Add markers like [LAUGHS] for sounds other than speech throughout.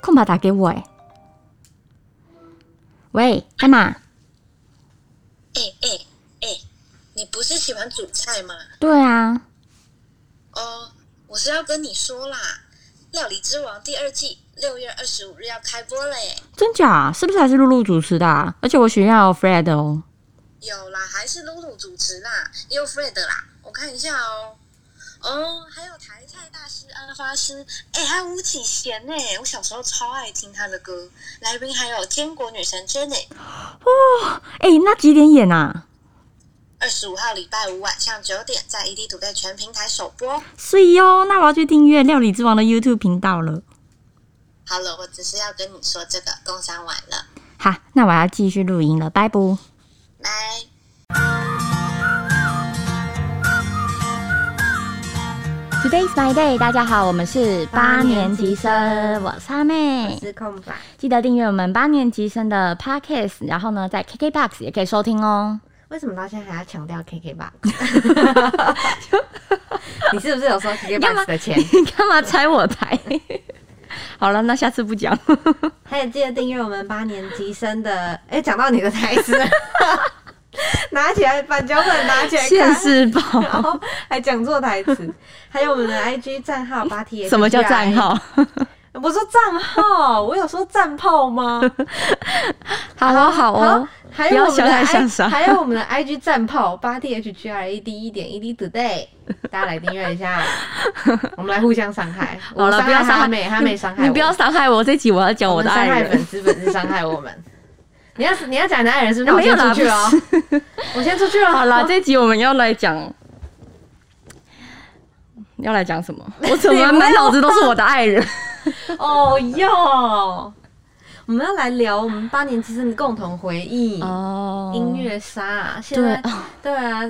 空宝打给我哎。喂，干嘛？哎哎哎，你不是喜欢煮菜吗？对啊，哦，我是要跟你说啦，《料理之王》第二季六月二十五日要开播嘞。真假？是不是还是露露主持的、啊？而且我学校有 Fred 哦。有啦，还是露露主持啦，也有 Fred 啦。我看一下哦。哦，还有台菜大师阿发师，哎，还有吴启贤呢。我小时候超爱听他的歌。来宾还有坚果女神 Jenny。哎、那几点演啊？二十五号礼拜五晚上九点，在 ED 土 y 全平台首播。是哟，那我要去订阅《料理之王》的 YouTube 频道了。好了，我只是要跟你说这个，工商完了，好，那我要继续录音了，拜拜。拜。 Today's my day，大家好，我们是八八年年级级生，生我是阿妹，失控吧。记得订阅我们八年级生的 Podcast，然后呢，在 KKBox 也可以收听 [LAUGHS] 哦。为什么到现在还要强调 KK 吧？ [LAUGHS] 你是不是有收 KK 干嘛 box 的钱？你干嘛拆我台？ [LAUGHS] 好了，那下次不讲。还有记得订阅我们八年级生的。 [LAUGHS] 哎、讲到你的台 [LAUGHS] 词，拿起来把脚本拿起来现看，世报，然后还讲错台词。还有我们的 IG 账号八 T， [LAUGHS] 什么叫账？号？我说账号，我有说战炮吗？好哦，好好哦，，还有我不要小们的太向 I，上还有我们的 IG 战炮八 T H G R E D 一点 E D today，大家来订阅一下，我们来互相伤害。好了，我不要伤他害美，他没伤害你你我，不要伤害我。这集我要讲我我们的伤爱害粉人。丝，粉丝伤害我们。你要你要讲你的爱人是不是？那我啊没有先啦出去哦， [LAUGHS] 我先出去了。好了，这集我们要来讲，要来讲什 [LAUGHS] 么？我怎么满脑子都是我的爱人？哦哟，我们要来聊我们八年级生的共同回忆。哦 [LAUGHS] 音乐杀，现对哦在 [LAUGHS] 对啊，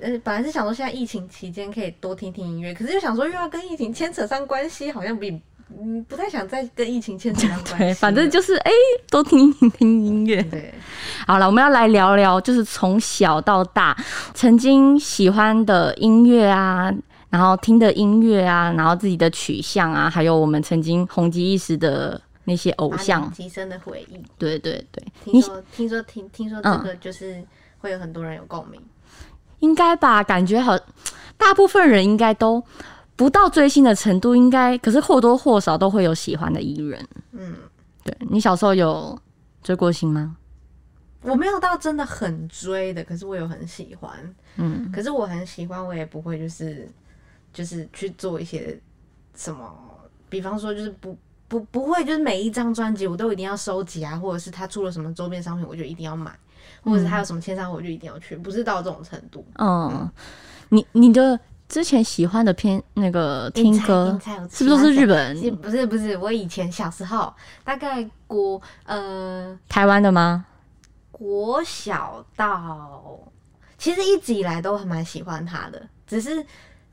呃，本来是想说现在疫情期间可以多听听音乐，可是又想说又要跟疫情牵扯上关系，好像比嗯不太想再跟疫情牵扯上关系对，了。反正就是哎、多听听听音乐。对，好了，我们要来聊聊，就是从小到大曾经喜欢的音乐啊，然后听的音乐啊，然后自己的取向啊，还有我们曾经红极一时的那些偶八年像。级生的回忆。对对对，听你嗯说听说听听说这个就是会有很多人有共鸣，应该吧？感觉好，大部分人应该都不到追星的程度，应该可是或多或少都会有喜欢的艺人。嗯。对你小时候有追过星吗？我没有到真的很追的，可是我有很喜欢，嗯，可是我很喜欢，我也不会就是就是去做一些什么，比方说就是不不不会就是每一张专辑我都一定要收集啊，或者是他出了什么周边商品我就一定要买，或者是他有什么签唱会我就一定要去，不是到这种程度。嗯，你你的之前喜欢的偏那个听歌英才英才我，是不是都是日本是不是不是？我以前小时候大概国呃台湾的吗？国小到，其实一直以来都还蛮喜欢他的，只是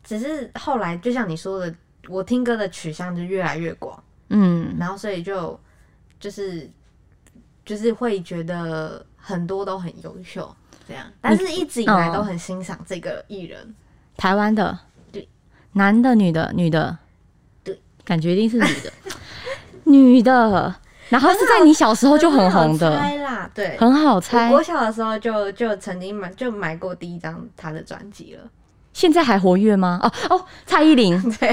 只是后来就像你说的，我听歌的取向就越来越广，嗯，然后所以就就是就是会觉得很多都很优秀这样，但是一直以来都很欣赏这个艺人。台湾的，对，男的、女的、女的，对，感觉一定是女的， [LAUGHS] 女的，然后是在你小时候就很红很好的，猜啦，对，很好我猜国，小的时候就就曾经买就买过第一张他的专辑了。现在还活跃吗？哦哦，蔡依 [LAUGHS] 林， [LAUGHS] 对，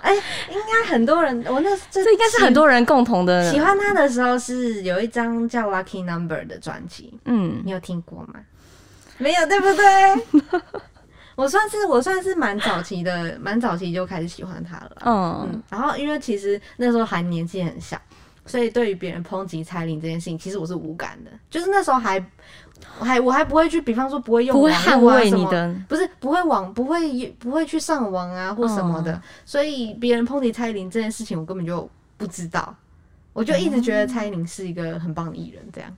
哎、应该很多人，我那这这应该是很多人共同的喜，欢他的时候是有一张叫《Lucky Number》的专辑，嗯，你有听过吗？没有，对不对？ [LAUGHS] 我算是我算是蛮早期的，蛮早期就开始喜欢他了啦。嗯嗯，然后因为其实那时候还年纪很小，所以对于别人抨击蔡依林这件事情，其实我是无感的。就是那时候还我还我还不会去，比方说不会用不会网捍络啊卫什你么的，不是不会网不会不会去上网啊或什么的，所以别人抨击蔡依林这件事情，我根本就不知道。我就一直觉得蔡依林是一个很棒的艺人，这样、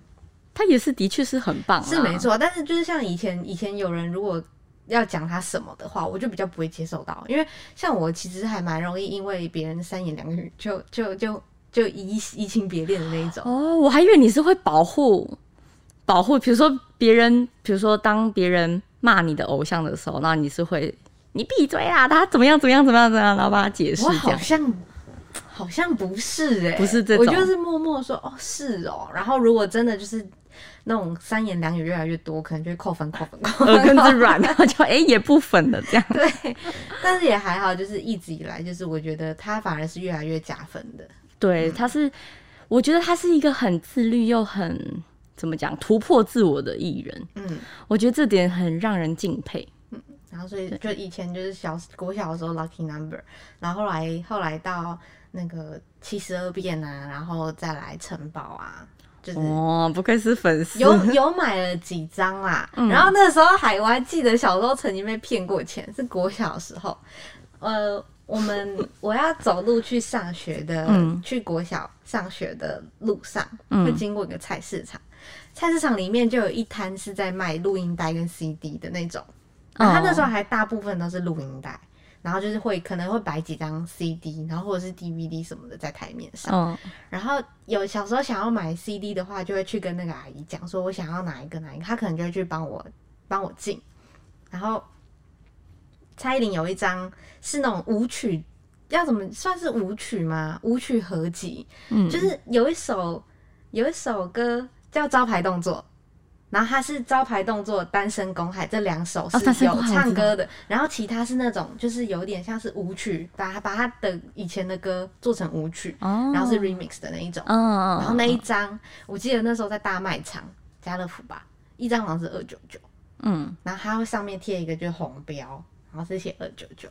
他也是的确是很棒，是没，错。但是就是像以前以前有人如果要讲他什么的话，我就比较不会接受到，因为像我其实还蛮容易因为别人三言两语就就就就移移情别恋的那一种。哦，我还以为你是会保护保护，比如说别人，比如说当别人骂你的偶像的啊 [LAUGHS] 时候，那你是会你闭嘴啦，他怎么样怎么样怎么样怎么样，然后帮他解释我这好样。像好像不是哎、不是这我种就是默默说哦是哦，然后如果真的就是那种三言两语越来越多，可能就会扣分扣分 [LAUGHS] 扣耳分根子软，然后就哎、也不粉了这样。对，但是也还好，就是一直以来就是我觉得他反而是越来越加分的，对，他是，我觉得他是一个很自律又很怎么讲突破自我的艺人，嗯，我觉得这点很让人敬佩。然后所以就以前就是小国小的时候 lucky number，然后后来后来到那个七十二变啊，然后再来城堡啊，就是。哦，不愧是粉丝，有有买了几张啦，嗯然后那时候还我还记得小时候曾经被骗过钱，是国小的时候，呃，我 [LAUGHS] 们我要走路去上学的，嗯去国小上学的路上嗯会经过一个菜市场，菜市场里面就有一摊是在卖录音带跟 CD 的那种，哦然后他那时候还大部分都是录音带。然后就是会可能会摆几张 CD，然后或者是 DVD 什么的在台面上，哦，然后有小时候想要买 CD 的话，就会去跟那个阿姨讲说，我想要哪一个哪一个，她可能就会去帮我帮我进。然后蔡依林有一张是那种舞曲，要怎么算是舞曲吗？舞曲合集，嗯，就是有一首有一首歌叫《招牌动作》，然后它是《招牌动作》《单身公害》这两首哦单是身有公害我唱知道歌的，然后其他是那种就是有点像是舞曲，把它把它的以前的歌做成舞曲，哦，然后是 remix 的那一种。嗯，嗯，然后那一张，我记得那时候在大卖场家乐福吧，一张好像是二九九，嗯，然后它会上面贴一个就是红标，然后是写二九九。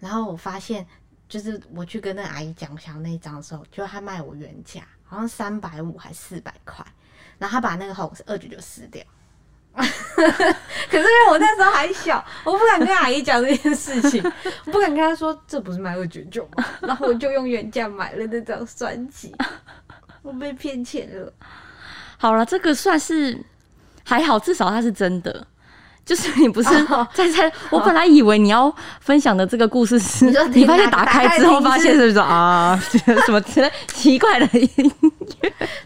然后我发现，就是我去跟那个阿姨讲我想要那一张的时候，就她卖我原价，好像三百五还四百块，然后她把那个红二九九撕掉。 [LAUGHS] 可是因为我那时候还小，我不敢跟阿姨讲这件事情，我不敢跟她说这不是卖二九九吗？ [LAUGHS] 然后我就用原价买了那张专辑，我被骗钱了。好了，这个算是还好，至少它是真的。就是你不是哦在在，我本来以为你要分享的这个故事是你说，你发现打打打开开之后听发是现是不是啊 [LAUGHS] 什么之类奇怪的音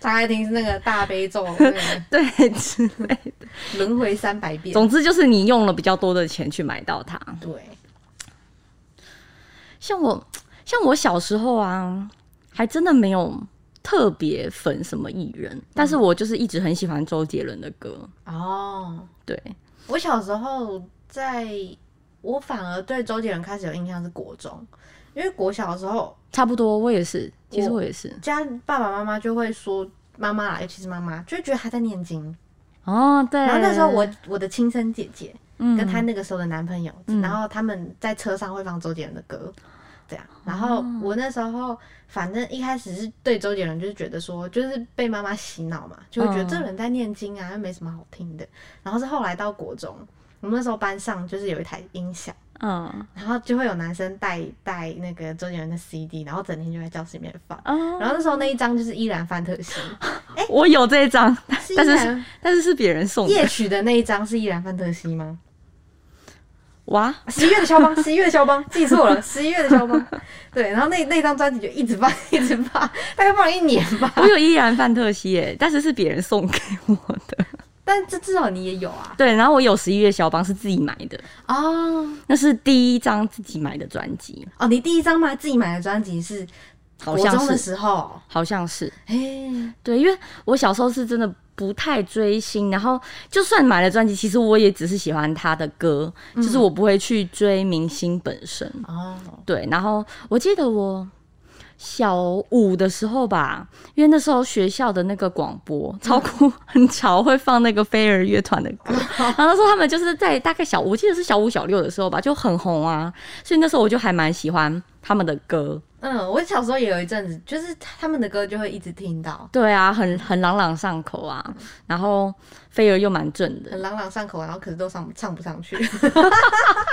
大概听是那个大悲咒，那个对之类的。轮回三百遍。总之就是你用了比较多的钱去买到它。对，像我，像我小时候啊，还真的没有特别粉什么艺人，但是我就是一直很喜欢周杰伦的歌。哦，对，我小时候在，我反而对周杰伦开始有印象是国中，因为国小的时候，差不多，我也是。其实我我也是。家爸爸妈妈就会说妈妈啦，尤其是妈妈，就会觉得她在念经。哦，对。然后那时候我我的亲生姐姐跟她嗯、那个时候的男朋友，嗯然后他们在车上会放周杰伦的歌，这样。哦然后我那时候反正一开始是对周杰伦就是觉得说，就是被妈妈洗脑嘛，就会觉得嗯这人在念经啊，又没什么好听的。然后是后来到国中，我们那时候班上就是有一台音响。嗯然后就会有男生带带那个周杰伦的 CD，然后整天就在教室里面放。哦，然后那时候那一张就是依然范特西，我有这一张，哎是依但是然是但是是别人送夜的。曲的那一张是依然范特西吗？哇，十一月的肖邦，十一月的肖邦，记错了，十一月的肖邦。对，然后那那张专辑就一直放， [LAUGHS] 一直放，大概放了一年吧。我有依然范特西耶，但是是别人送给我 [LAUGHS] 的。但这至少你也有啊。对，然后我有十一月肖邦是自己买的，哦那是第一张自己买的专辑，哦，你第一张嘛自己买的专辑是好国像中的是，时候，好像是。嘿，对，因为我小时候是真的不太追星，然后就算买了专辑，其实我也只是喜欢他的歌，嗯就是我不会去追明星本身。哦，对，然后我记得我小五的时候吧，因为那时候学校的那个广播超酷，很潮，会放那个飞儿乐团的歌。然后那时候他们就是在大概小，我记得是小五小六的时候吧，就很红啊，所以那时候我就还蛮喜欢他们的歌。嗯，我小时候也有一阵子，就是他们的歌就会一直听到，对啊，很很朗朗上口啊，然后飞儿又蛮正的很，朗朗上口，然后可是都上不唱不上去， [LAUGHS]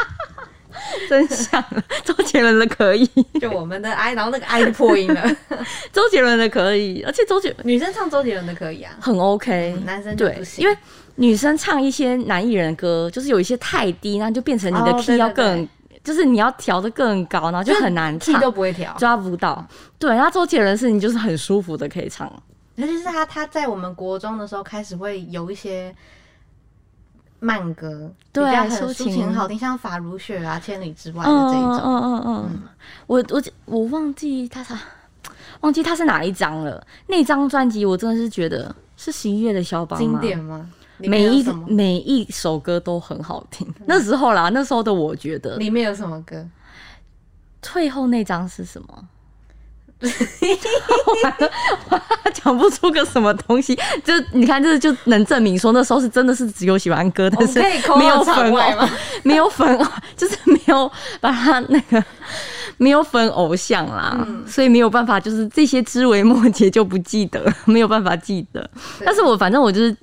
真相 [LAUGHS] 了。周杰伦的可以，就我们的 I，然后那个 I 就破音了。周杰伦的可以，而且周杰 [LAUGHS] 女生唱周杰伦的可以啊，很 OK，男生就对不，行，因为女生唱一些男艺人的歌，就是有一些太低，那就变成你的哦 key 对对要更，就是你要调的更高，然后就很难气唱，都不会调。抓不到。对，然后周杰伦是你就是很舒服的可以唱，尤其是他，他在我们国中的时候开始会有一些慢歌，对比较很抒抒情情很好听，像《法如雪》啊，《千里之外》的嗯这一嗯种。嗯嗯嗯，我我我忘记他啥，忘记他是哪一张了。那张专辑我真的是觉得是十一月的肖邦吗经典吗？里嗯每面有一嗯什么每一首歌都很好听。那时候啦，那时候的我觉得，里面有什么歌？退后那张是什么？完了讲不出个什么东西，就你看，这就能证明说那时候是真的是只有喜欢歌，但是我们可以扣没有到场粉外偶吗，没有粉偶， [LAUGHS] 就是没有把它那个 [LAUGHS] 没有粉偶像啦，嗯所以没有办法，就是这些枝微末节就不记得， [LAUGHS] 没有办法记得。对但是我反正我就是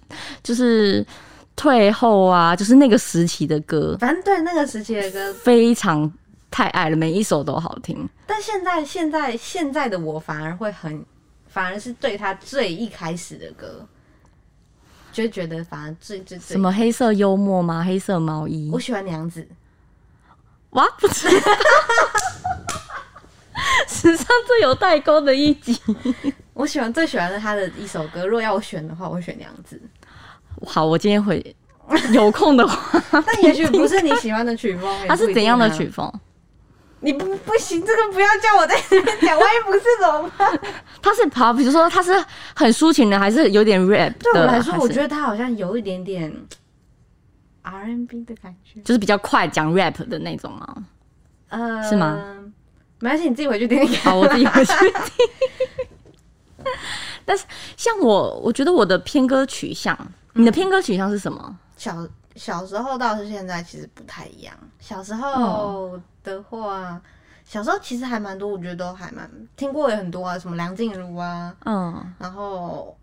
就是退后啊，就是那个时期的歌反正对那个时期的歌，非常太爱了，每一首都好听。但现在现在现在的我反而会很，反而是对他最一开始的歌，就觉得反而最最最什么黑色幽默吗？黑色毛衣我？喜欢娘子，哇，不知道。 [LAUGHS] 史上最有代沟的一集，我喜欢最喜欢的他的一首歌。如果要我选的话，我会选娘子，好，我今天回有空的话， [LAUGHS] 但也许不是你喜欢的曲风。也它不是一定怎啊样的曲？风？你不不行，这个不要叫我在这边讲，万一不是怎么 [LAUGHS] 啊办？它是跑，比如说它是很抒情的，还是有点 rap 对我的？来说，还是我觉得他好像有一点点 R N B 的感觉，就是比较快讲 rap 的那种啊。呃，是吗？没关系，你自己回去听听看。 [LAUGHS] 好，我自己回去听。 [LAUGHS] 但是像我，我觉得我的偏歌取向，你的偏歌取向是什么？小小时候倒是现在其实不太一样。小时候的话，小时候其实还蛮多，我觉得都还蛮听过也很多啊，什么梁静茹啊，嗯然后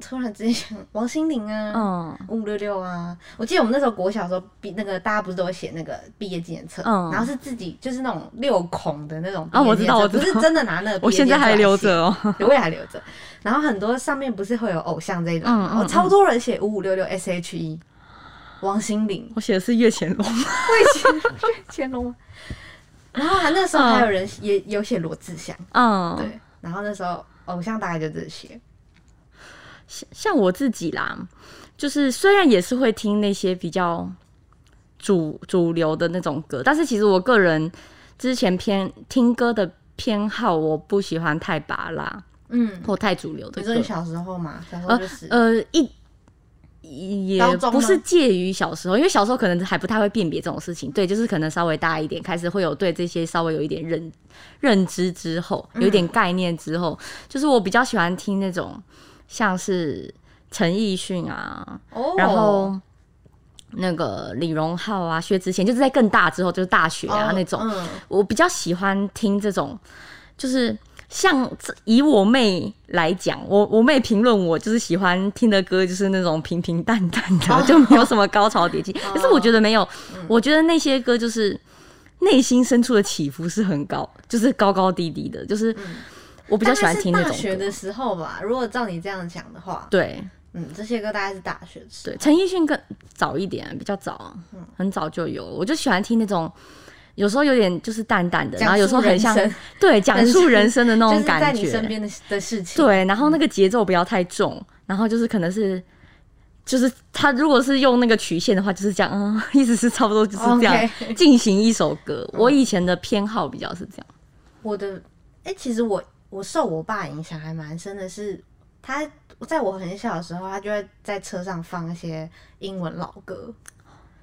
突然之间想王心凌啊，嗯五六六啊，我记得我们那时候国小的时候，毕那个大家不是都会写那个毕业纪念册，嗯然后是自己就是那种六孔的那种啊我知道毕我业纪念册知道不是真的拿那个，我现在还留着哦。我也还留着。然后很多上面不是会有偶像这一栏吗，嗯嗯、哦，超多人写五五六六 S H E，王心凌我写的是月乾龙。乾隆，然后还那时候还有人也有写罗志祥，嗯，对，然后那时候偶像大概就这些，像像我自己啦，就是虽然也是会听那些比较主主流的那种歌，但是其实我个人之前偏听歌的偏好，我不喜欢太拔拉嗯。或太主流的你歌说你。小时候嘛，小时候呃就是，呃，一也高中吗不是介于小时候，因为小时候可能还不太会辨别这种事情。对，就是可能稍微大一点，开始会有对这些稍微有一点认认知之后，有一嗯点概念之后，就是我比较喜欢听那种像是陈奕迅啊，哦然后那个李荣浩啊、薛之谦，就是在更大之后，就是大学啊、哦那种，嗯我比较喜欢听这种，就是像这以我妹来讲，我我妹评论我就是喜欢听的歌，就是那种平平淡淡的，哦就没有什么高潮迭起。可是我觉得没有，嗯我觉得那些歌就是内心深处的起伏是很高，就是高高低低的，就是我比较喜欢听那大概种嗯是大学歌。的时候吧。如果照你这样讲的话，对嗯，这些歌大概是大学时对，陈奕迅更早一点，比较早啊，嗯很早就有，我就喜欢听那种。有时候有点就是淡淡的，然后有时候很像讲述人对 [LAUGHS] 讲述人生的那就种是感觉，在你身边的的事情，对，然后那个节奏不要太重，然后就是可能是，就是他如果是用那个曲线的话，就是这样，嗯， [LAUGHS] 意思是差不多就是这样 OK 嗯进行一首歌。我以前的偏好比较是这样，我的，哎、其实我我受我爸影响还蛮深的是，他在我很小的时候，他就会在车上放一些英文老歌，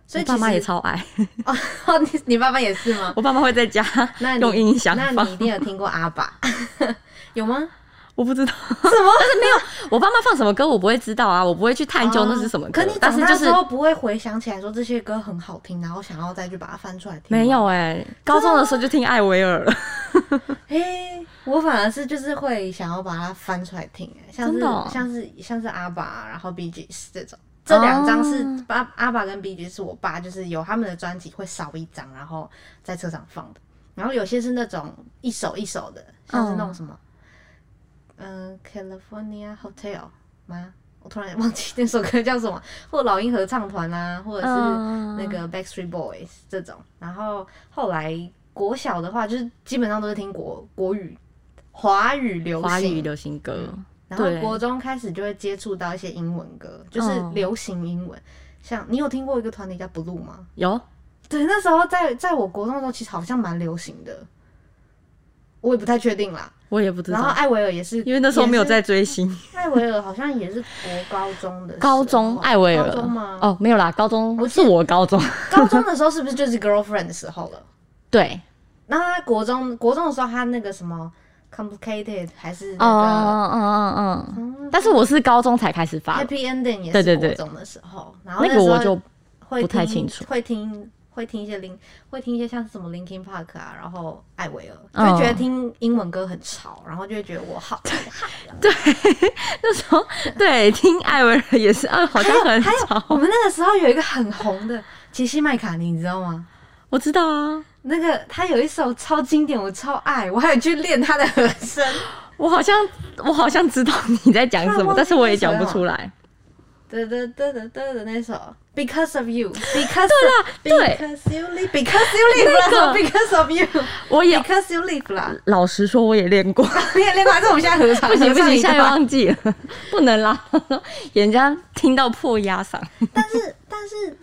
所我以其爸实妈也超爱，哦， [LAUGHS] 你你爸爸也是吗？我爸妈会在家 [LAUGHS] 那你用音响那你一放，定有听过阿爸， [LAUGHS] 有吗？我不知道什么，但是没有，我爸妈放什么歌我不会知道啊，我不会去探究那是什么歌，哦可你但长是大就是之后不会回想起来说这些歌很好听，然后想要再去把它翻出来听？没，有哎、高中的时候就听艾薇儿了，哎、我反而是就是会想要把它翻出来听、哎，像真是、的哦像是像是阿爸，啊然后 B G 这种，这两张是哦阿、阿爸跟 B G 是我爸，就是有他们的专辑会少一张，然后在车上放的。然后有些是那种一首一首的，像是那种什么，嗯、c a l i f o r n i a Hotel 吗？我突然忘记那首歌叫什么，或老鹰合唱团啊，或者是嗯那个 Backstreet Boys 这种。然后后来国小的话，就是基本上都是听国国语、华语流华语行，流行歌。然后对国中开始就会接触到一些英文歌，就是嗯流行英文。像你有听过一个团体叫 Blue 吗？有对，那时候在在我国中的时候，其实好像蛮流行的，我也不太确定啦。我也不知然后道，艾维尔也是，因为那时候没有在也追星。是。艾维尔好像也是国高中的时候， [LAUGHS] 高中艾薇儿高中吗？哦，没有啦，高中我记是得我高 [LAUGHS] 中。高中的时候是不是就是 girlfriend 的时候了？对，那他国中国中的时候，他那个什么 complicated 还是 [LAUGHS] 哦那哦哦个、哦，嗯但是我是高中才开始发的， happy ending 也对对是对国中的时候，然后那时个候我 [LAUGHS] 就会不太清听楚会听会听一些林，会听一些像是什么 Linkin Park 啊，然后艾薇儿，嗯就会觉得听英文歌很吵，然后就会觉得我好那时候对听艾薇儿也是，啊， [LAUGHS] 好像很 [LAUGHS] 还有我吵。们那个时候有一个很红的杰西麦卡尼，你知道吗？ [LAUGHS] 我知道啊，那个他有一首超经典，我超爱，我还有去练他的和声。 [LAUGHS] 我好像我好像知道你在讲什突然么 [LAUGHS] 忘，记但是我也讲那不首出来。得得得得得的那首 Because of You Because [LAUGHS] 对对 Because You Live Because You Live 啦那个 Because of You 我也 Because You Live 啦，老实说，我也练 [LAUGHS] 过。你也练过还是我们现在合唱？不行合不唱行，一现在段忘记了， [LAUGHS] 不能啦，人家听到破鸭嗓。但是但是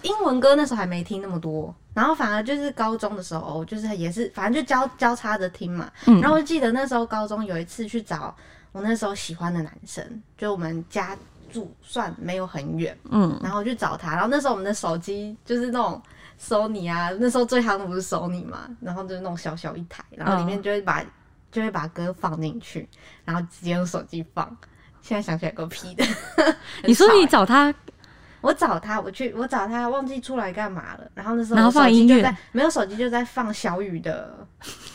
英文歌那时候还没听那么多，然后反而就是高中的时候，哦就是也是反正就交交叉着听嘛。嗯然后我记得那时候高中有一次去找我那时候喜欢的男生，就我们家住算没有很远，嗯，然后去找他。然后那时候我们的手机就是那种 Sony 啊，那时候最夯的不是 Sony 嘛，然后就是那种小小一台，然后里嗯面就会把、就会把歌放进去，然后直接用手机放。现在想起来够屁的。你说很欸吵欸你找他我找他，我去，我找他，忘记出来干嘛了。然后那时候然后我手放机音就乐在没有手机就在放小雨的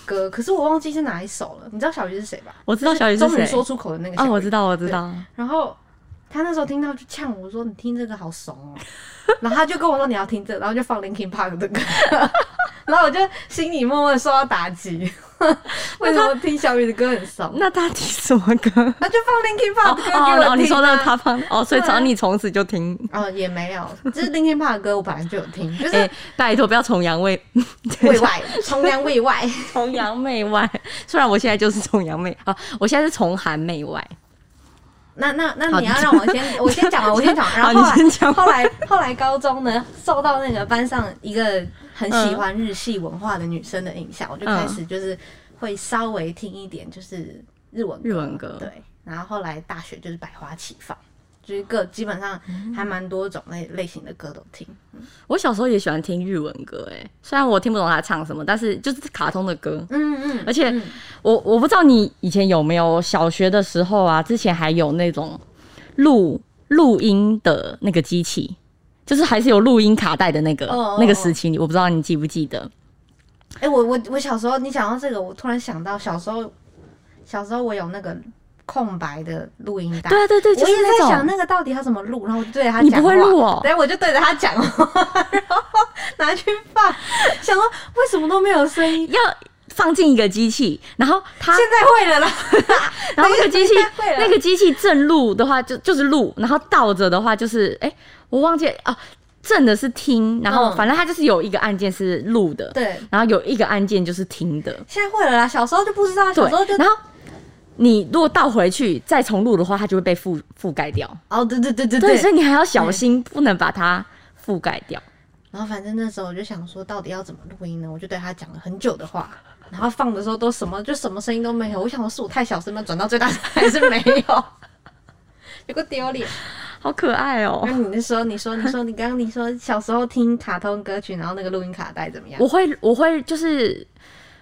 歌，可是我忘记是哪一首了。你知道小雨是谁吧？我知道小雨是终于谁说出口的那个哦，小雨。我知道，我知道。然后他那时候听到就呛我说：“你听这个好怂哦。” [LAUGHS] 然后他就跟我说：“你要听这个然后就放 Linkin Park 的歌。 [LAUGHS] 然后我就心里默默受到打 [LAUGHS] 击，为什么听小雨的歌很怂？那他听什么 [LAUGHS] 歌？他就放 Linkin 哦 Park 的歌给我听、啊哦，你说那个他放哦，所以对啊从你从此就听。哦，也没有，就是 Linkin Park 的歌，我本来就有听，就 [LAUGHS] 是哎，拜托不要崇洋 [LAUGHS] 媚喂外，崇洋媚外。崇洋媚外。虽然我现在就是崇洋媚啊，我现在是崇韩媚外。那那那好你要让我先，我先讲完，我先 [LAUGHS] 讲完。然后好你先讲后来后来后来高中呢，受到那个班上一个很嗯喜欢日系文化的女生的影响，我就开始就是会稍微听一点，就是日文歌日文歌对。然后后来大学就是百花齐放，就是各基本上嗯还蛮多种类类型的歌都听。我小时候也喜欢听日文歌，哎，虽然我听不懂他唱什么，但是就是卡通的歌。嗯嗯，而且嗯我我不知道你以前有没有小学的时候啊，之前还有那种录录音的那个机器，就是还是有录音卡带的那个哦哦那个时期，我不知道你记不记得？哎、我我我小时候，你讲到这个，我突然想到小时候，小时候我有那个空白的录音带。对对对，就我是一直在想那种。那个到底要怎么录，然后我就对着他你讲不会话录哦对，我就对着他讲话， [LAUGHS] 然后拿去放，想说为什么都没有声音，要放进一个机器，然后它 [LAUGHS] 现，在会了啦。然后那个机器应该会，了那个机器正录的话就就是录，然后倒着的话就是，哎、我忘记了哦，正的是听，然后嗯反正它就是有一个按键是录的，对，然后有一个按键就是听的，现在会了啦，小时候就不知道，对小时候就，然后。你如果倒回去再重录的话，它就会被覆覆盖掉。哦，对对对对对，所以你还要小心，不能把它覆盖掉。然后反正那时候我就想说，到底要怎么录音呢？我就对他讲了很久的话，然后放的时候都什么就什么声音都没有。我想说是我太小声了，转到最大声还是没有， [LAUGHS] 有个丢脸。好可爱哦、那你就说，你说，你说，你刚刚你说小时候听卡通歌曲，然后那个录音卡带怎么样？我会，我会就是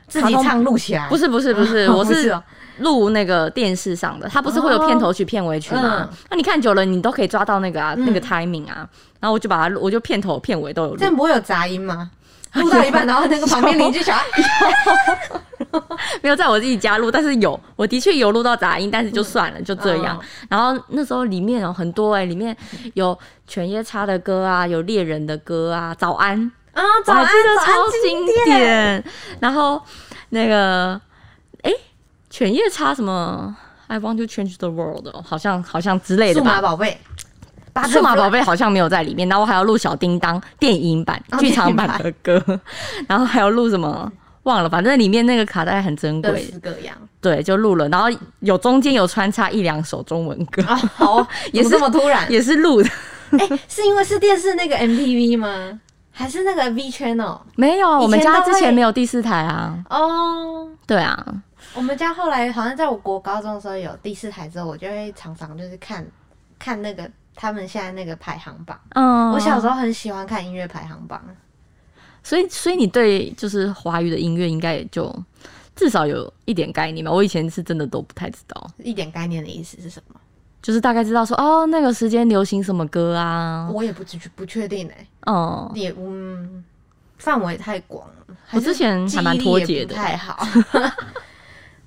自己唱录起来，不是不是不是， [LAUGHS] 哦我不是是哦录那个电视上的，它不是会有片头曲、片尾曲吗嗯？那你看久了，你都可以抓到那个啊，嗯那个 timing 啊。然后我就把它录，我就片头、片尾都有这录，样不会有杂音吗？哎录到一半，然后那个旁边邻居 [LAUGHS] 啊小孩，没有在我自己家录，但是有，我的确有录到杂音，但是嗯就算了，就这样。然后那时候里面有很多哎、里面嗯有犬夜叉的歌啊，有猎人的歌啊，早安，啊，我早还安记得，早安哦超，经典。然后那个，哎、犬夜叉什么？I want to change the world，哦好像好像之类的数码吧。啊宝贝，巴特数码弗莱宝贝好像没有在里面，然后我还要录小叮当电影版、哦剧、场版的歌，然后还要录什么忘了，反正里面那个卡带很珍各贵，式各样。对，就录了，然后有中间有穿插一两首中文歌，啊，好，也 [LAUGHS] 也是是这么突然，也是录的，哎、是因为是电视那个 MTV 吗？还是那个 V Channel？没有，我们以前家都会之前没有第四台啊。哦、对啊，我们家后来好像在我国高中的时候有第四台之后，我就会常常就是看看那个他们现在那个排行榜。嗯，我小时候很喜欢看音乐排行榜，所以，所以你对就是华语的音乐应该也就至少有一点概念吧？我以前是真的都不太知道，一点概念的意思是什么？就是大概知道说哦，那个时间流行什么歌啊，我也不知不确定哎、嗯，也嗯，范围太广了。我之前嗯还蛮脱节的还是记忆力也不太好。 [LAUGHS]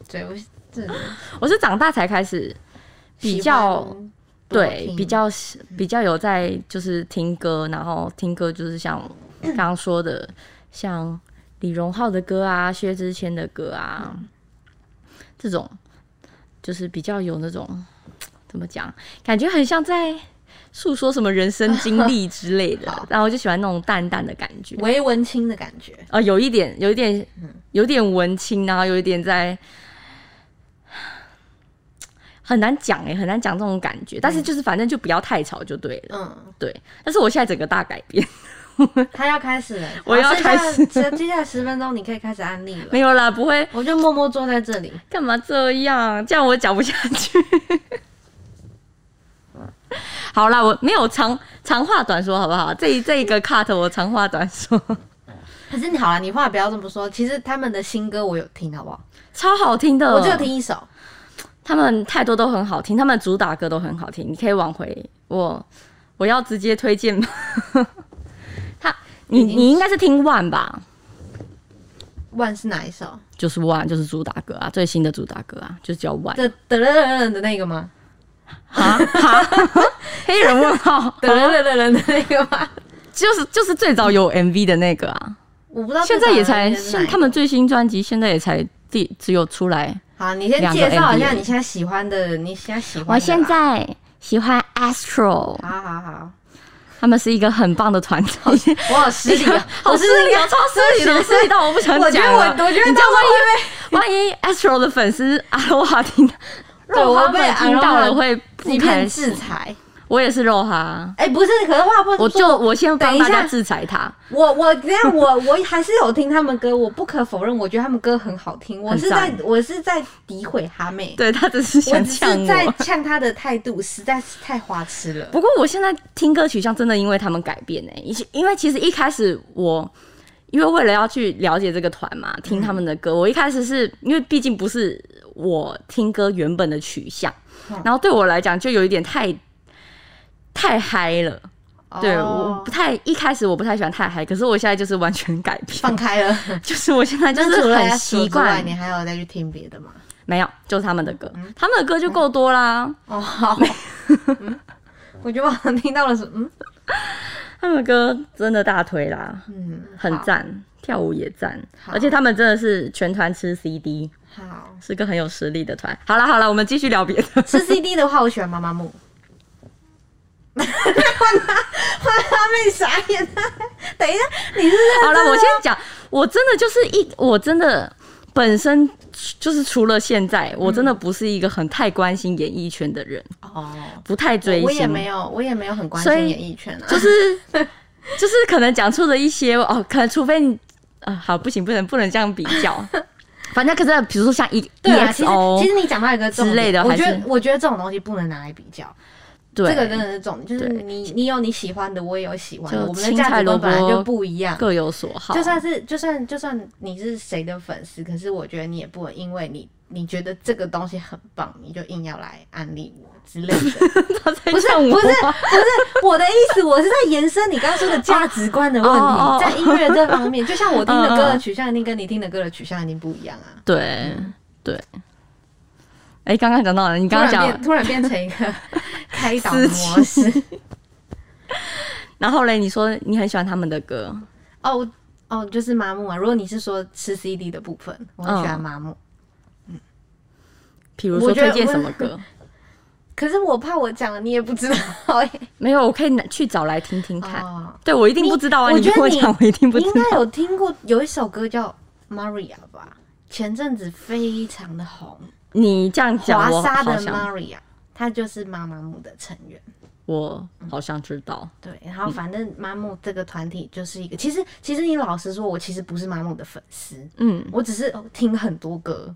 对，我这我是长大才开始比较对比。较比较有在就是听歌，然后听歌就是像刚刚说的，像李荣浩的歌啊、薛之谦的歌啊，这种就是比较有那种怎么讲，感觉很像在诉说什么人生经历之类的好，然后我就喜欢那种淡淡的感觉。维文清的感觉，啊、有一点，有一点，嗯有点文青，然后有一点在，很难讲哎、很难讲这种感觉。但是就是反正就不要太吵就对了，嗯，对。但是我现在整个大改变，他要开始了，我要好剩下开始接接下来十分钟你可以开始安利了 [LAUGHS] 没，有啦，不会我就默默坐在这里。干嘛这样？这样我讲不下去。 [LAUGHS] 好啦，我没有长长话短说，好不好？这一这一个 cut 我长话短说， [LAUGHS] 可是你好了，你话不要这么说。其实他们的新歌我有听，好不好？超好听的，哦我就有听一首，他们太多都很好听，他们主打歌都很好听，你可以往回我，我要直接推荐吗？ [LAUGHS] 他，你已经你应该是听 One 吧？万是哪一首？就是 One，就是主打歌啊，最新的主打歌啊，就是叫 One 的的了了了的那个吗？啊哈，黑人问号，的了了了了的那个吗？ [LAUGHS] 就是就是最早有 MV 的那个啊，我不知道。现在也才像现他们最新专辑现在也才第只有出来，好，你先两个介绍一下 MV 你现在喜欢的，你现在喜欢的啦。我现在喜欢 Astro，好好好，他们是一个很棒的团体。，我好失礼啊 [LAUGHS] 好失礼哦，超失礼的，我失礼到我不想我觉讲得了。我我觉得你这样到时万一万一 Astro 的粉丝 [LAUGHS] 阿罗哈听到，对肉哈我被粉听到阿罗了哈会即不开便心制。裁。我也是肉哈，哎，不是，可是话不能我就我先帮大等一家下制裁他。我我这样我我还是有听他们歌，我不可否认，我觉得他们歌很好听。我是在很我是在诋毁哈妹，对他只是我想只呛是在我。呛她的态度实在是太花痴了。不过我现在听歌取向真的因为他们改变呢、欸以前因为其实一开始我。因为为了要去了解这个团嗯嘛，听他们的歌，我一开始是因为毕竟不是我听歌原本的取向，嗯然后对我来讲就有一点太太嗨了。对，我哦不太一开始我不太喜欢太嗨，可是我现在就是完全改变，放 [LAUGHS] 开了。就是我现在就那除是了很 Astro 之习外惯你，还有再去听别 [LAUGHS] 的吗？没有，就是他们的歌，嗯他们的歌就够多啦，哦，好。嗯我觉得我好像听到了什么，他们的歌真的大推啦，嗯嗯，很好。赞，跳舞也赞，好而且他们真的是全团吃 CD，好，是个很有实力的团。好了好了，我们继续聊别 [LAUGHS] 的，吃 CD 的话，我喜欢妈妈木。 [LAUGHS] 换他，换他妹傻眼啊！等一下，你是好了，我先讲，我真的就是一，我真的本身就是除了现在，我真的不是一个很太关心演艺圈的人，哦，不太追星，我也没有，我也没有很关所以心演艺圈啊。就是就是可能讲出的一些哦，可能除非你啊，好不行，不能不能这样比较。 [LAUGHS] 反正可是比如说像 E 对啊，其实 EXO 其实你讲到一个重之点类的我还是觉得我觉得这种东西不能拿来比较，对这个真的是重点，就是对你你有你喜欢的，我也有喜欢的，就我们的青价菜值萝观卜本来就不一样。各有所好， [LAUGHS] 就算是就算就算你是谁的粉丝，可是我觉得你也不能因为你你觉得这个东西很棒，你就硬要来安利我之类的。他在不是呛我不是不是，我的意思我是在延伸你刚刚说的价值观的问题，哦哦哦在音乐这方面，就像我听的歌嗯嗯的嗯取向一定跟你听的歌的取向一定不一样啊。对对。哎，刚刚讲到了，你刚刚突然讲变， [LAUGHS] 突然变成一个开 [LAUGHS] 导的模式。然后嘞，你说你很喜欢他们的歌，哦哦，就是麻木啊。如果你是说吃 CD 的部分，我很喜欢麻木。哦比如说我觉得推荐什么歌？可是我怕我讲了你也不知 [LAUGHS] 道耶。没有，我可以拿去找来听听看。哦，对我一定不知道啊！我你觉跟得我你讲，我一定不你知应道。该有听过有一首歌叫《Maria》吧？前阵子非常的红，你这样讲，华我沙好的想 Maria，她就是妈妈木的成员。我好像知道，对，然后反正麻木这个团体就是一个，其实其实你老实说，我其实不是麻木的粉丝，嗯我只是听很多歌，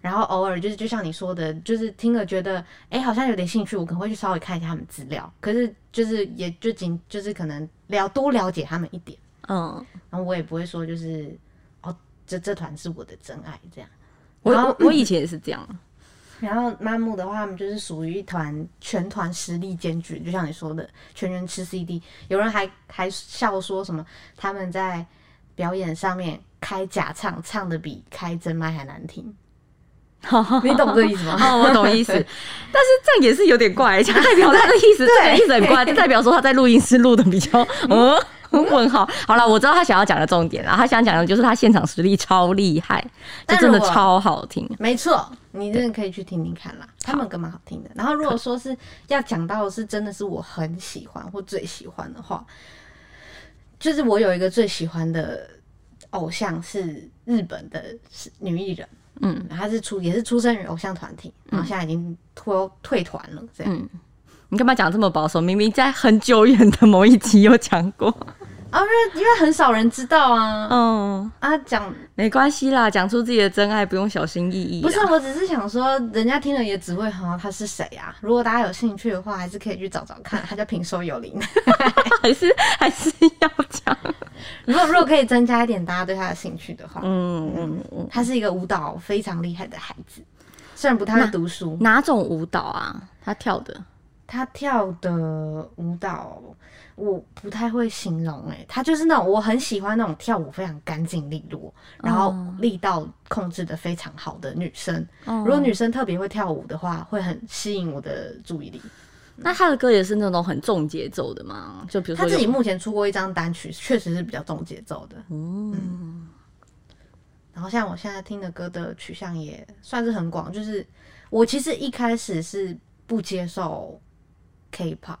然后偶尔就是就像你说的，就是听了觉得哎、诶好像有点兴趣，我可能会去稍微看一下他们资料，可是就是也就仅就是可能了多了解他们一点，嗯，然后我也不会说就是哦这这团是我的真爱这样。我然后我我以前也是这样， [LAUGHS] 然后麻木的话，他们就是属于一团全团实力兼具，就像你说的，全员吃 CD。有人还还笑说什么他们在表演上面开假唱，唱的比开真麦还难听。你懂这意思吗？ [LAUGHS] 哦，我懂 [LAUGHS] 意思，但是这样也是有点怪，这样代表他的 [LAUGHS] 意思，这个意思很怪，就代表说他在录音室录的比 [LAUGHS] 较，嗯，问号。好了，我知道他想要讲的重点了，他想讲的就是他现场实力超厉害，就但真的如果超好听。没错，你真的可以去听听看啦，他们歌蛮好听的。然后如果说是要讲到的是真的是我很喜欢或最喜欢的话，就是我有一个最喜欢的偶像是日本的女艺人，嗯她是出也是出生于偶像团体，然后现在已经脱退团了，这样。嗯，你干嘛讲这么保守？明明在很久远的某一集有讲过。啊，因为因为很少人知道啊 [LAUGHS] 嗯，啊，讲没关系啦，讲出自己的真爱不用小心翼啊翼啦。不是，我只是想说，人家听了也只会好、啊、他是谁啊？如果大家有兴趣的话，还是可以去找找看，他叫平手有灵。 [LAUGHS] 还是还是要讲。 [LAUGHS] 如果如果可以增加一点大家对他的兴趣的话，嗯嗯嗯，他是一个舞蹈非常厉害的孩子，虽然不太会读书，哪种舞蹈啊？他跳的他跳的舞蹈我不太会形容、欸，他就是那种我很喜欢那种跳舞非常干净利落，然后力道控制的非常好的女生。哦如果女生特别会跳舞的话，会很吸引我的注意力。那他的歌也是那种很重节奏的嘛？就比如说他自己有目前出过一张单曲，确实是比较重节奏的。嗯然后像我现在听的歌的取向也算是很广，就是我其实一开始是不接受 K-pop，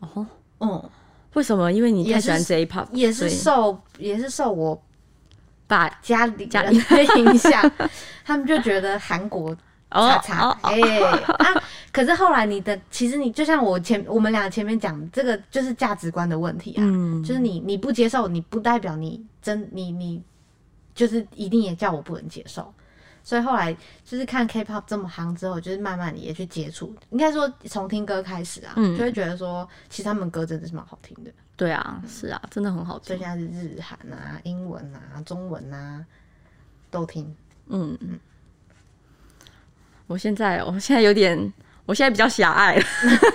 哦，嗯，为什么？因为你也太是喜欢 J-pop，也所是以受也是受我把家里家人的 [LAUGHS] 影响，他们就觉得韩国哦叉叉哦，哎、啊！可是后来你的其实你就像我前我们俩前面讲这个就是价值观的问题啊，嗯就是你你不接受，你不代表你真你你就是一定也叫我不能接受。所以后来就是看 K-pop 这么夯之后，就是慢慢地也去接触，应该说从听歌开始啊，嗯就会觉得说其实他们歌真的是蛮好听的。对啊，是啊，真的很好所以听现。在是日韩啊、英文啊、中文啊都听。嗯，我现在我现在有点。我现在比较狭隘 [LAUGHS] 了，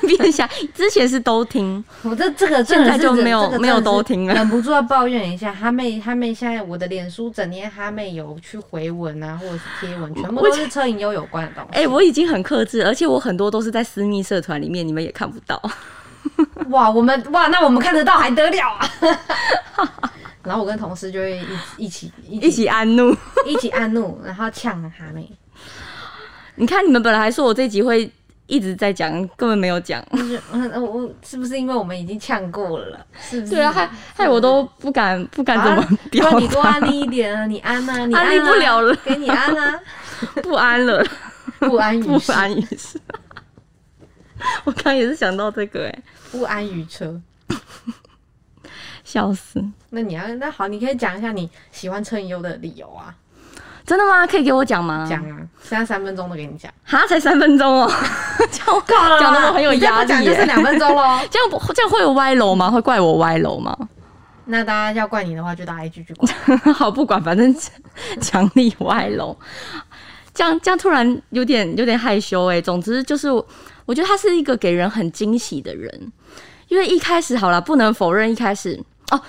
变狭。之前是都听，我这这个现在就没有没有都听了忍不住要抱怨一下哈妹，哈妹现在我的脸书整天哈妹有去回文啊，或者是贴文，全部都是车银优有关的东西。 [LAUGHS] 哎、我已经很克制，而且我很多都是在私密社团里面，你们也看不 [LAUGHS] 到。哇，我们哇，那我们看得到还得了啊！ [LAUGHS] 然后我跟同事就会一起一起一起安怒。一起按怒，然后呛哈妹，你看，你们本来还说我这集会一直在讲，根本没有 [LAUGHS] 讲。就是嗯我我是不是因为我们已经呛过了？是不是？对啊，害害我都不敢不敢怎么表 [LAUGHS] 啊不然你多达，安利一点啊，你安啊， [LAUGHS] 你安利啊不了了给你安啊， [LAUGHS] 不安了，不安 [LAUGHS] 于不事安于是。我刚也是想到这个、哎，不安于车。笑死！那你要那好，你可以讲一下你喜欢车银优的理由啊，真的吗？可以给我讲吗？讲啊，剩下三分钟都给你 [LAUGHS] 讲，哈，才三分钟哦、讲我够讲的我很有压力、讲就是哎两分钟喽。 [LAUGHS] 这样不这样会有歪楼吗？会怪我歪楼吗？ [LAUGHS] [LAUGHS] 那大家要怪你的话，就大家一句句怪。好，不管，反正 [LAUGHS] 强力歪楼。这样这样突然有点有点害羞哎、总之就是，我觉得他是一个给人很惊喜的人，因为一开始好了，不能否认一开始哦。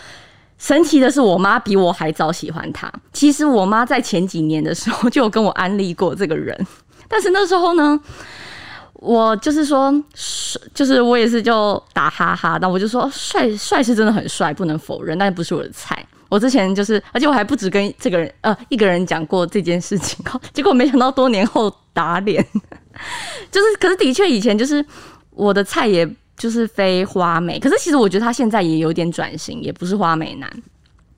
神奇的是，我妈比我还早喜欢他。其实我妈在前几年的时候就有跟我安利过这个人，但是那时候呢，我就是说，帅就是我也是就打哈哈，但我就说帅帅是真的很帅，不能否认，但不是我的菜。我之前就是，而且我还不止跟这个人呃一个人讲过这件事情， [LAUGHS] 结果没想到多年后打脸， [LAUGHS] 就是可是的确以前就是我的菜也就是非花美，可是其实我觉得他现在也有点转型，也不是花美男。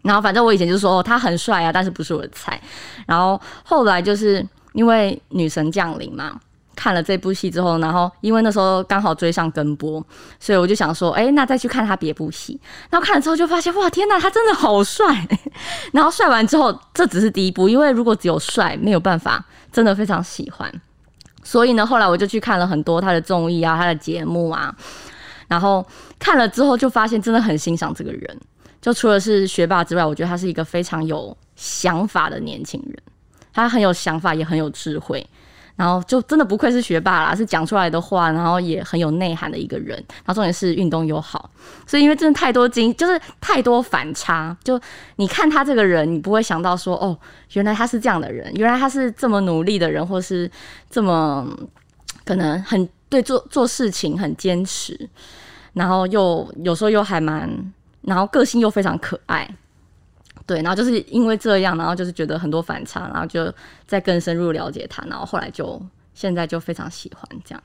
然后反正我以前就说、哦、他很帅啊，但是不是我的菜。然后后来就是因为女神降临嘛，看了这部戏之后，然后因为那时候刚好追上跟播，所以我就想说，哎、那再去看他别部戏。然后看了之后就发现，哇，天哪，他真的好帅！ [LAUGHS] 然后帅完之后，这只是第一部，因为如果只有帅，没有办法，真的非常喜欢。所以呢，后来我就去看了很多他的综艺啊，他的节目啊，然后看了之后就发现真的很欣赏这个人。就除了是学霸之外，我觉得他是一个非常有想法的年轻人，他很有想法，也很有智慧。然后就真的不愧是学霸啦，是讲出来的话，然后也很有内涵的一个人。然后重点是运动又好，所以因为真的太多经，就是太多反差。就你看他这个人，你不会想到说，哦，原来他是这样的人，原来他是这么努力的人，或是这么嗯可能很对做做事情很坚持，然后又有时候又还蛮，然后个性又非常可爱。对，然后就是因为这样，然后就是觉得很多反差，然后就再更深入了解他，然后后来就现在就非常喜欢这样。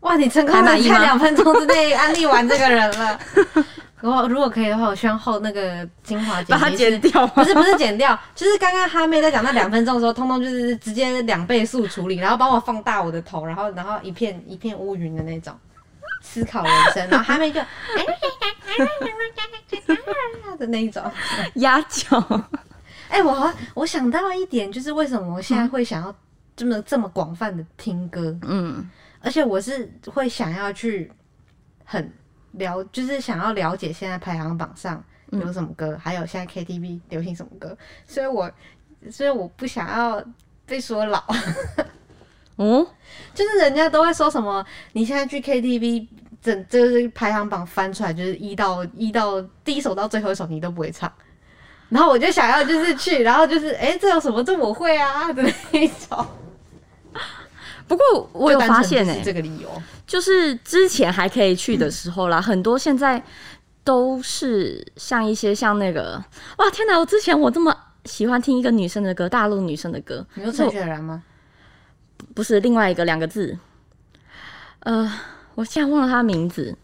哇，你成功还的满意在吗两分钟之内安利完这个人了。 [LAUGHS] 我如果可以的话，我希望后那个精华剪把它辑剪是掉 [LAUGHS] 吗不是不是剪掉，就是刚刚哈妹在讲那两分钟的时候，通通就是直接两倍速处理，然后帮我放大我的头，然后然后一片一片乌云的那种思考人生，然后哈妹就的那一种。压脚，哎、我好像我想到一点，就是为什么我现在会想要这么这么广泛的听歌，嗯，而且我是会想要去很了，就是想要了解现在排行榜上嗯有什么歌，还有现在 KTV 流行什么歌，所以我所以我不想要被说老， [LAUGHS] 嗯哦，就是人家都会说什么，你现在去 KTV。整就是排行榜翻出来，就是一到一到第一首到最后一首你都不会唱，然后我就想要就是 [LAUGHS] 去，然后就是哎、这有什么这我会啊的那一种，不过我有就单发纯现就哎、是这个理由，就是之前还可以去的时候啦，很多现在都是像一些像那个，哇天哪！我之前我这么喜欢听一个女生的歌，大陆女生的歌，你说陈雪然吗？不是另外一个两个字，呃，我现在忘了她的名字，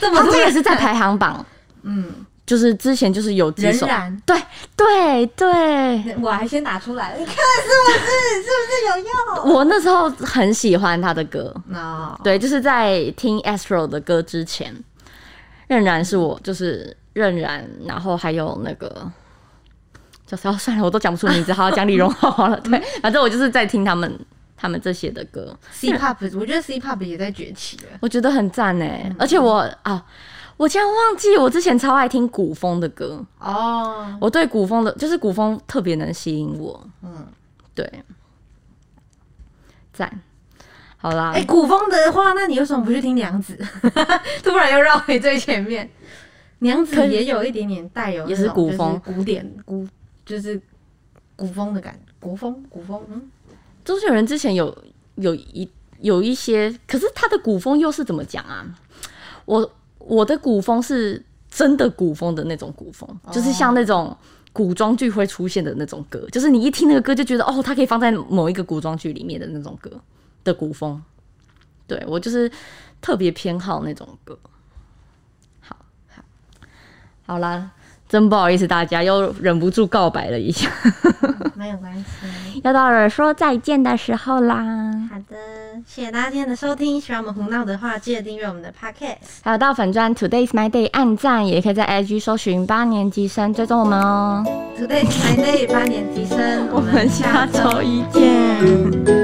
这她么她也是在排行榜，嗯，就是之前就是有几仍首，然对对对，我还先拿出 [LAUGHS] 来，你看是不是是不是有用？我那时候很喜欢她的歌，那对，就是在听 Astro 的歌之前，仍然是我就是仍然，然后还有那个。就是哦，算了，我都讲不出名字，好讲李荣浩好了。对，反正我就是在听他们他们这些的歌， C-pop，我觉得 C-pop 也在崛起了。我觉得很赞哎、而且我啊，我竟然忘记我之前超爱听古风的歌，哦，我对古风的，就是古风特别能吸引我。嗯，对，赞，好啦，哎，古风的话，那你为什么不去听娘子？ [LAUGHS] 突然又绕回最前面，娘子也有一点点带有也是那种古风就是古典古就是古风的感觉，古风古风， [LAUGHS] 嗯，周杰伦之前有有一有一些，可是他的古风又是怎么讲啊？我我的古风是真的古风的那种古风，就是像那种古装剧会出现的那种歌，就是你一听那个歌就觉得哦，它可以放在某一个古装剧里面的那种歌的古风。对我就是特别偏好那种歌。好，好，好啦，真不好意思，大家又忍不住告白了一下，没有关系。要到了说再见的时候啦。好的，谢谢大家今天的收听。喜欢我们胡闹的话，记得订阅我们的 podcast。还有到粉专 Today's My Day 按赞，也可以在 IG 搜寻八年级生追踪我们哦。 Today 台内八年级生，我们下周一见。见。